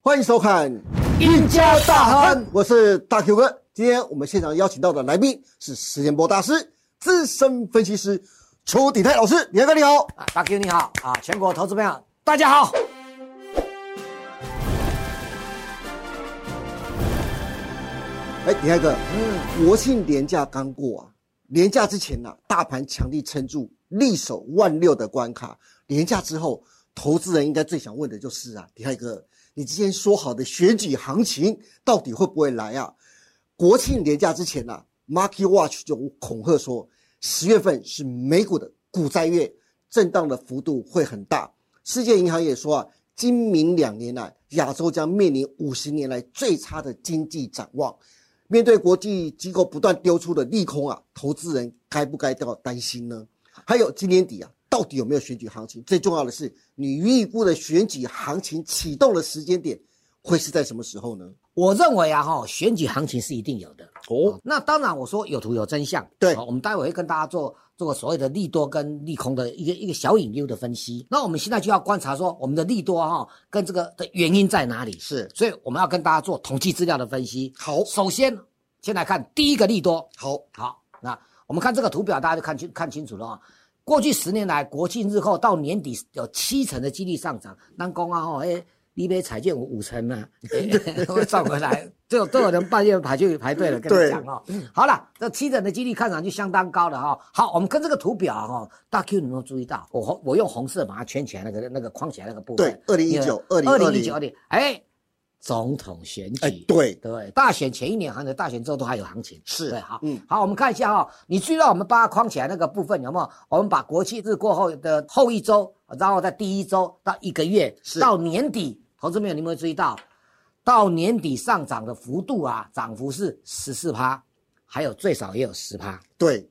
欢迎收看《一家大亨》，我是大 Q 哥。今天我们现场邀请到的来宾是石建波大师、资深分析师邱鼎泰老师。鼎泰哥你好，啊，大 Q 你好啊，全国投资朋友大家好。哎，鼎泰哥，嗯，国庆年假刚过啊，年假之前呢、大盘强力撑住力守万六的关卡，年假之后，投资人应该最想问的就是啊，鼎泰哥，你之前说好的选举行情到底会不会来啊？国庆年假之前呢、啊、，Market Watch 就恐吓说，十月份是美股的股债月，震荡的幅度会很大。世界银行也说啊，今明两年来，亚洲将面临五十年来最差的经济展望。面对国际机构不断丢出的利空啊，投资人该不该要担心呢？还有今年底啊，到底有没有选举行情？最重要的是，你预估的选举行情启动的时间点会是在什么时候呢？我认为啊，哈，选举行情是一定有的。哦，那当然，我说有图有真相。对好我们待会会跟大家做做所谓的利多跟利空的一个一个小隐忧的分析。那我们现在就要观察说，我们的利多哈、跟这个的原因在哪里？是所以我们要跟大家做统计资料的分析。好首先先来看第一个利多，好，好，那我们看这个图表，大家就看清看清楚了啊、过去十年来，国庆日后到年底有七成的几率上涨。南宫啊，哦，哎，你杯彩券有五成啊， 会赚回来，都有都有人半夜排队排队了，跟对你讲哦。好了，这七成的几率看上去相当高了哈、哦。好，我们跟这个图表哈、哦，大 Q 你有没有注意到？我红我用红色把它圈起来，那个那个框起来那个部分。对2019二零一2020九，二零哎，总统选举，哎，对，对，大选前一年行情，大选之后都还有行情。是对，好，嗯好，我们看一下哈、你注意到我们把它框起来那个部分有没有？我们把国庆日过后的后一周，然后在第一周到一个月是，到年底，投资朋友你有没有注意到？到年底上涨的幅度啊，涨幅是十四趴，还有最少也有十趴。对，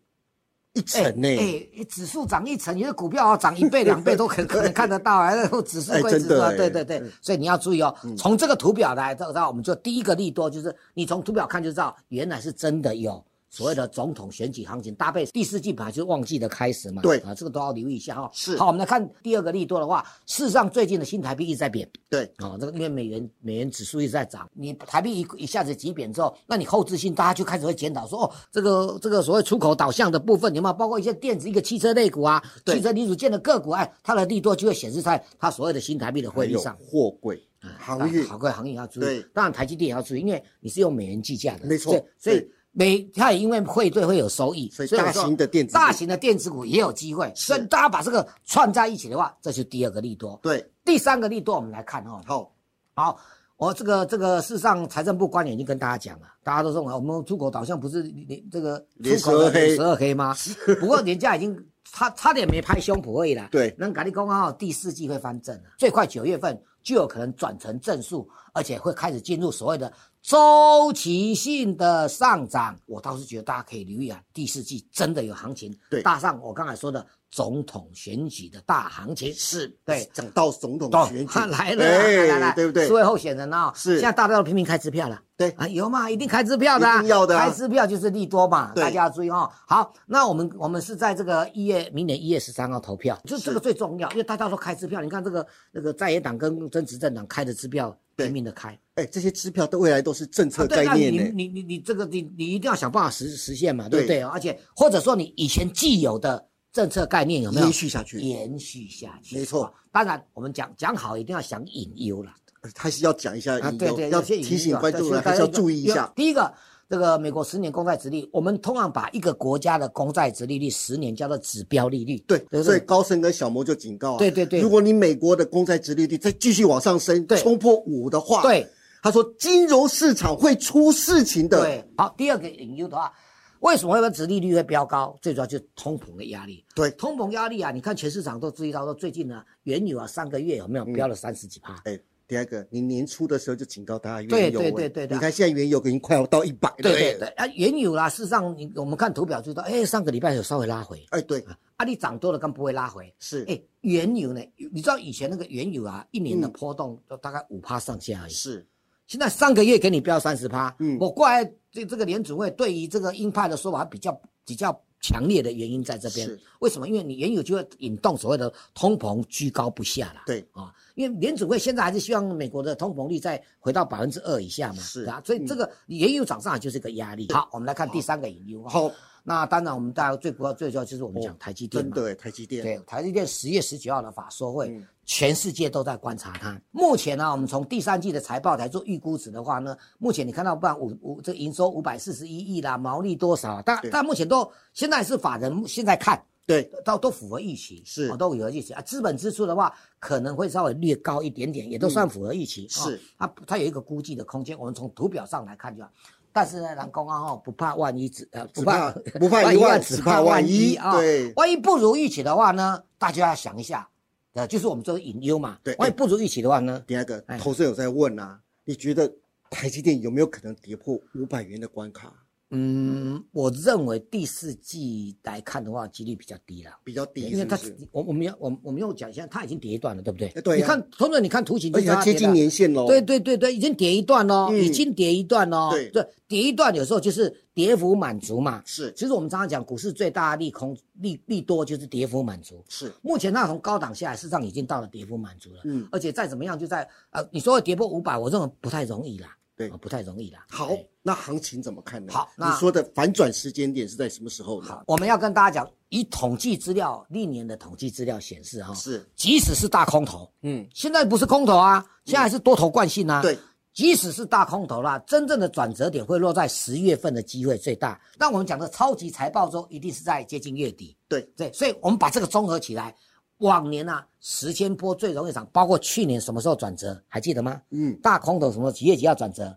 一层呢、哎，指数涨一成，你的股票啊涨一倍、两倍都 可可能看得到啊。那种指数哎归真指数的啊，哎嗯对对对。所以你要注意哦，从这个图表来，这道我们就第一个利多就是你从图表看就知道，原来是真的有。所谓的总统选举行情搭配第四季本来就是旺季的开始嘛，对啊，这个都要留意一下哈、哦。是好，我们来看第二个利多的话，事实上最近的新台币一直在贬，对，哦，这个因为美元美元指数一直在涨，你台币一一下子急贬之后，那你后置性大家就开始会检讨说，哦，这个这个所谓出口导向的部分有没有包括一些电子、一个汽车类股啊，对汽车零组件的个股，哎，它的利多就会显示在它所谓的新台币的汇还率有上。货柜啊航运当，好贵行业要注对意，当然台积电也要注意，因为你是用美元计价的，没错所以所以对美它也因为汇兑会有收益，所以我大说型的电子股大型的电子股也有机会，所以大家把这个串在一起的话，这是第二个利多。对，第三个利多我们来看哦，好，好，我这个这个，事实上财政部官员已经跟大家讲了，大家都啊认为我们出口导向不是连这个连出口十的二黑十二黑吗？不过人家已经差差点没拍胸脯而已啦。对能赶紧公告啊哦第四季会翻正了，最快九月份就有可能转成正数，而且会开始进入所谓的周期性的上涨。我倒是觉得大家可以留意啊，第四季真的有行情，对搭上我刚才说的总统选举的大行情，是对。讲到总统懂哦选举，他哦 来了，哎来来来，对不对四？位候选人啊，是现在大家都拼命开支票了。对啊，有嘛，一定开支票的啊，一定要的啊开支票就是利多嘛，对大家要注意哦。好，那我们我们是在这个一月，明年一月十三号投票，就是这个最重要，因为大家都开支票，你看这个那个在野党跟真执政党开的支票对拼命的开，哎，这些支票都未来都是政策啊对，概那念你呢、你你你这个你你一定要想办法实实现嘛，对不对对？而且或者说你以前既有的政策概念有没有延续下去延续下去，没错啊。当然，我们讲讲好一定要想隐忧啦。还是要讲一下啊，引对诱对，要有些隐提忧醒啊观对众所以人还大是家要注意一有下。第一个，这个美国十年公债殖利，我们通常把一个国家的公债殖利率十年叫做指标利率。对，不所以高盛跟小摩就警告啊，对对对如果你美国的公债殖利率再继续往上升，对冲破五的话，，对他说金融市场会出事情的，对。好，第二个隐忧的话，为什么会殖利率会飙高？最主要就是通膨的压力。对通膨压力啊，你看全市场都注意到，说最近呢，原油啊上个月有没有嗯飙了三十几趴？哎，第二个，你年初的时候就警告大家对原油，对哎对对对你看现在原油已经快要到一百了，对哎对对，，啊，原油啦，事实上你我们看图表就知道，哎，上个礼拜有稍微拉回，哎对，啊，啊你涨多了更不会拉回。是哎，原油呢？你知道以前那个原油啊，一年的嗯波动都大概五趴上下而已。是，现在上个月给你标三十趴，嗯我怪这这个联储会对于这个鹰派的说法比较比较强烈的原因在这边是。为什么？因为你原油就会引动所谓的通膨居高不下啦。对啊，因为联储会现在还是希望美国的通膨率再回到百分之二以下嘛，是嗯对啊，所以这个原油涨上来就是一个压力。好，我们来看第三个隐忧啊。好，哦那当然我们大家最主要最主要就是我们讲台积电真嘛，的耶台积电，对，台积电十月十九号的法说会，嗯全世界都在观察它。目前呢、我们从第三季的财报来做预估值的话呢，目前你看到不然五五这个营收五百四十一亿啦，毛利多少啊？但对但目前都现在是法人现在看。对，都都符合预期，是哦、都符合预期啊。资本支出的话，可能会稍微略高一点点，也都算符合预期。嗯是哦，它它有一个估计的空间，我们从图表上来看就好。但是呢，蓝公安哦哈不怕万一只呃不只怕怕不怕一万，只怕万一，啊。对，万一不如预期的话呢，大家要想一下，呃，就是我们说的隐忧嘛。对万一不如预期的话呢，第二个哎，投资人有在问啊，你觉得台积电有没有可能跌破五百元的关卡？嗯，我认为第四季来看的话，几率比较低了。比较低，因为它是不是，我我们要我们我们又讲一下，它已经跌一段了，对不对？哎对呀你看，同志，你看图形就而知且道它它接跌近了年限喽。啊对，对对对，已经跌一段喽，嗯已经跌一段喽。对跌一段有时候就是跌幅满足嘛。是其实我们常常讲，股市最大的利空利利多就是跌幅满足。是，目前它从高档下来，事实上已经到了跌幅满足了。嗯，而且再怎么样，就在呃，你说跌破五百，我认为不太容易啦。对啊不太容易啦。好哎，那行情怎么看呢？好你那说的反转时间点是在什么时候呢？啊好，我们要跟大家讲，以统计资料历年的统计资料显示哈、是，即使是大空头，嗯，现在不是空头啊，现在是多头惯性啊。对，即使是大空头啦，真正的转折点会落在十月份的机会最大。那我们讲的超级财报周，一定是在接近月底。对，对，所以我们把这个综合起来，往年啊，时间波最容易涨，包括去年什么时候转折，还记得吗？嗯，大空头什么时候几月几号转折？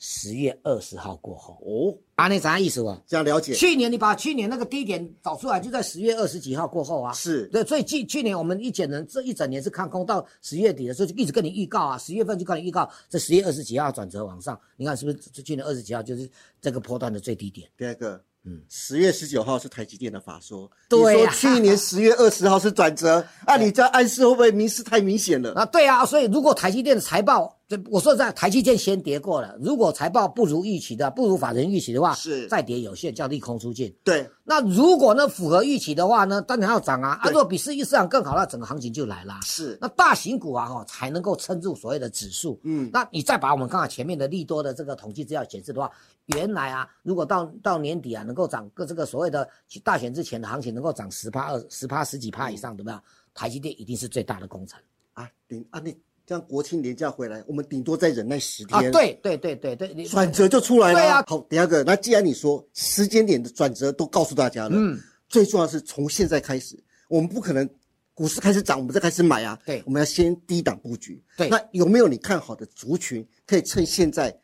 十月二十号过后，哦，啊，你啥意思哦？这样了解去年你把去年那个低点找出来，就在十月二十几号过后啊。是，对，所以去去年我们一整年这一整年是看空，到十月底的时候就一直跟你预告啊，十月份就跟你预告，这十月二十几号转折往上，你看是不是？这去年二十几号就是这个波段的最低点。第二个。嗯嗯，十月十九号是台积电的法说，对啊你呀说去年十月二十号是转 折，啊，你这样暗示会不会明示太明显了？啊，对啊，所以如果台积电的财报，这我说实在台积电先跌过了，如果财报不如预期的，不如法人预期的话，是再跌有限，叫利空出尽。对，那如果呢符合预期的话呢，当然要涨啊。啊，对如果比市市场更好，那整个行情就来啦。是，那大型股啊，哈，才能够撑住所谓的指数。嗯，那你再把我们刚才前面的利多的这个统计资料显示的话，原来啊，如果到到年底啊，能够涨个这个所谓的大选之前的行情能够涨十趴、二十趴、十几趴以嗯上，对吧？台积电一定是最大的功臣啊，顶啊，你这样国庆年假回来，我们顶多再忍耐十啊！天，对对对对对，你转折就出来了。对啊好，第二个，那既然你说时间点的转折都告诉大家了，嗯，最重要的是从现在开始，我们不可能股市开始涨，我们再开始买啊，对我们要先低档布局。对那有没有你看好的族群，可以趁现在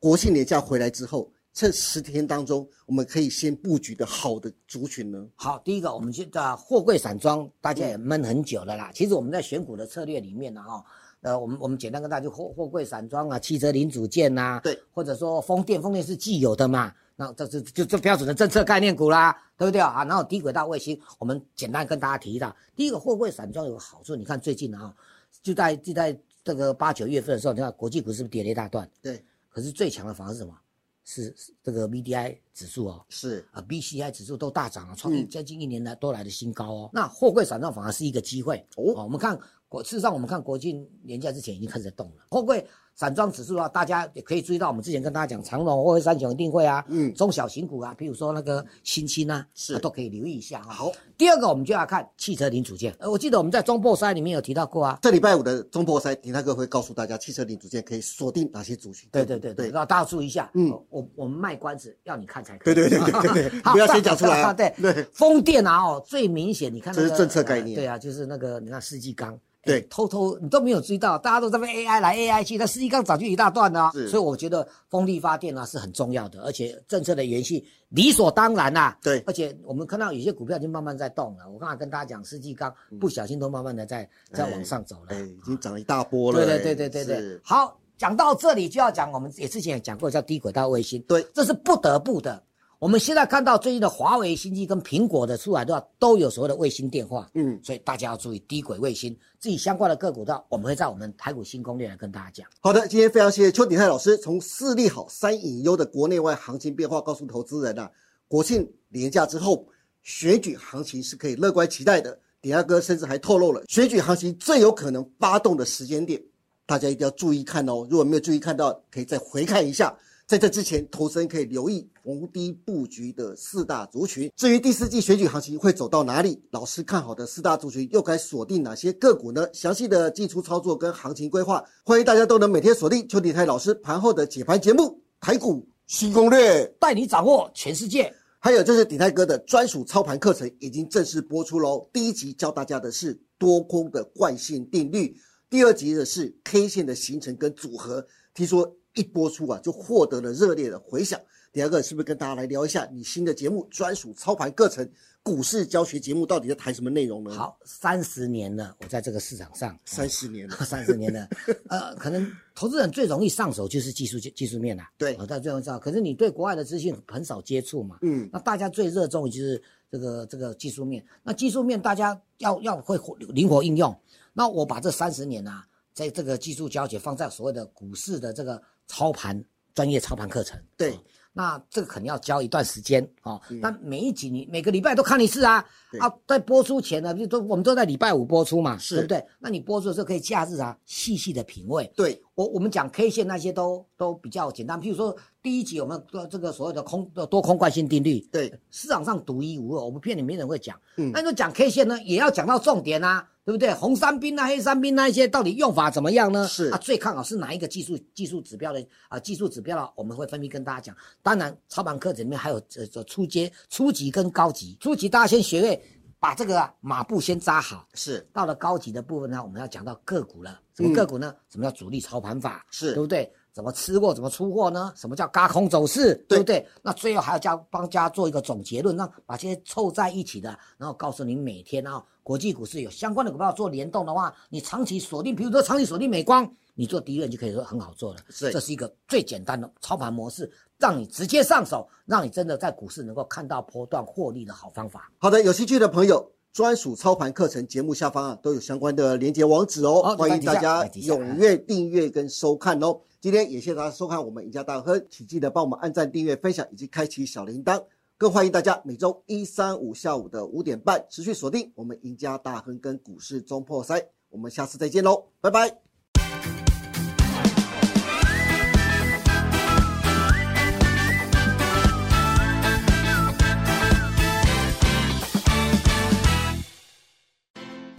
国庆年假回来之后，趁十天当中，我们可以先布局的好的族群呢？好，第一个我们去啊，货柜散装，大家也闷很久了啦。其实我们在选股的策略里面呢，哈，呃，我们我们简单跟大家就货货柜散装啊，汽车零组件呐、对，或者说风电，风电是既有的嘛，那这是就这标准的政策概念股啦，对不对啊？然后低轨道卫星，我们简单跟大家提到，第一个货柜散装有个好处，你看最近啊，就在就在这个八九月份的时候，你看国际股是不是跌了一大段？对，可是最强的反而是什么？是是这个 VDI 指数哦，是啊，BCI 指数都大涨了，创嗯将近一年来多来的新高哦。那货柜散装反而是一个机会哦我们看国，事实上我们看国庆年假之前已经开始在动了。货柜散装指数的话，大家也可以注意到，我们之前跟大家讲长隆、货柜三雄一定会啊，嗯中小型股啊，比如说那个新兴啊，是啊都可以留意一下哈、好，第二个我们就要看汽车零组件，呃，我记得我们在中破三里面有提到过啊，这礼拜五的中破赛，迪大哥会告诉大家汽车零组件可以锁定哪些族群。对对对对，对让大家注意一下。嗯哦，我我们卖关子，要你看才可以。对对对对对 对好不要先讲出来啊对对，风电啊，哦，最明显，你看那个这是政策概念呃对啊，就是那个你看世纪钢。对哎偷偷你都没有注意到，大家都在那边 AI 来 AI 去，那世纪钢早就一大段了、啊，是所以我觉得风力发电啊是很重要的，而且政策的延续理所当然啦、对而且我们看到有些股票已经慢慢在动了，我刚才跟大家讲，世纪钢不小心都慢慢的在、在往上走了。嗯哎，已经涨了一大波了。对哎对对对对对是，好，讲到这里就要讲，我们也之前也讲过叫低轨道卫星，对，这是不得不的。我们现在看到最近的华为新机跟苹果的出来的话，都有所谓的卫星电话，嗯，所以大家要注意低轨卫星。至于相关的个股的话，我们会在我们台股新攻略来跟大家讲。好的，今天非常谢谢邱鼎泰老师从四利好三隐忧的国内外行情变化告诉投资人啊，国庆连假之后选举行情是可以乐观期待的，鼎泰哥甚至还透露了选举行情最有可能发动的时间点，大家一定要注意看哦。如果没有注意看到，可以再回看一下。在这之前，投资人可以留意逢低布局的四大族群。至于第四季选举行情会走到哪里，老师看好的四大族群又该锁定哪些个股呢？详细的进出操作跟行情规划，欢迎大家都能每天锁定邱鼎泰老师盘后的解盘节目《台股新攻略》。带你掌握全世界。还有就是鼎泰哥的专属操盘课程已经正式播出喽。第一集教大家的是多空的惯性定律，第二集的是 K 线的形成跟组合。听说一播出啊，就获得了热烈的回响。鼎泰哥是不是跟大家来聊一下你新的节目专属操盘课程股市教学节目到底在谈什么内容呢？，好，三十年了，我在这个市场上，嗯三十年了，三十年了，呃，可能投资人最容易上手就是技术技术面啦、对啊，但最容易上手，可是你对国外的资讯很少接触嘛，嗯，那大家最热衷于就是这个这个技术面，那技术面大家要要会活灵活应用。那我把这三十年啊，在这个技术教学放在所谓的股市的这个操盘专业操盘课程，啊对嗯那这个肯定要教一段时间哦。那每一集你每个礼拜都看一次啊对啊，在播出前呢，就都我们都在礼拜五播出嘛，是对不对？那你播出的时候可以假日啊，细细的品味。对，我我们讲 K 线那些都都比较简单，譬如说第一集我们做这个所谓的空多空惯性定律，对，市场上独一无二，我不骗你，没人会讲。嗯那你说讲 K 线呢，也要讲到重点啊，对不对？红三兵啊、黑三兵那一些到底用法怎么样呢？是啊，最看好是哪一个技术技术指标的啊？技术指标啊，我们会分别跟大家讲。当然，操盘课程里面还有这这初阶、初级跟高级。初级大家先学会把这个啊马步先扎好，是到了高级的部分呢，我们要讲到个股了。什么个股呢？什么叫主力操盘法？是对不对？怎么吃货，怎么出货呢？什么叫嘎空走势，对对不对？那最后还要加帮大家做一个总结论，让把这些凑在一起的，然后告诉你每天啊，国际股市有相关的股票做联动的话，你长期锁定，比如说长期锁定美光，你做第一轮就可以说很好做了。是这是一个最简单的操盘模式，让你直接上手，让你真的在股市能够看到波段获利的好方法。好的，有兴趣的朋友，专属操盘课程节目下方啊都有相关的连接网址哦，好欢迎大家就点击一下踊跃订阅跟收看哦。今天也谢谢大家收看我们赢家大亨，请记得帮我们按赞、订阅、分享以及开启小铃铛。更欢迎大家每周一、三、五下午的五点半持续锁定我们赢家大亨跟股市中破塞。我们下次再见喽，拜拜。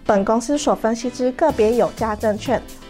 本公司所分析之个别有价证券，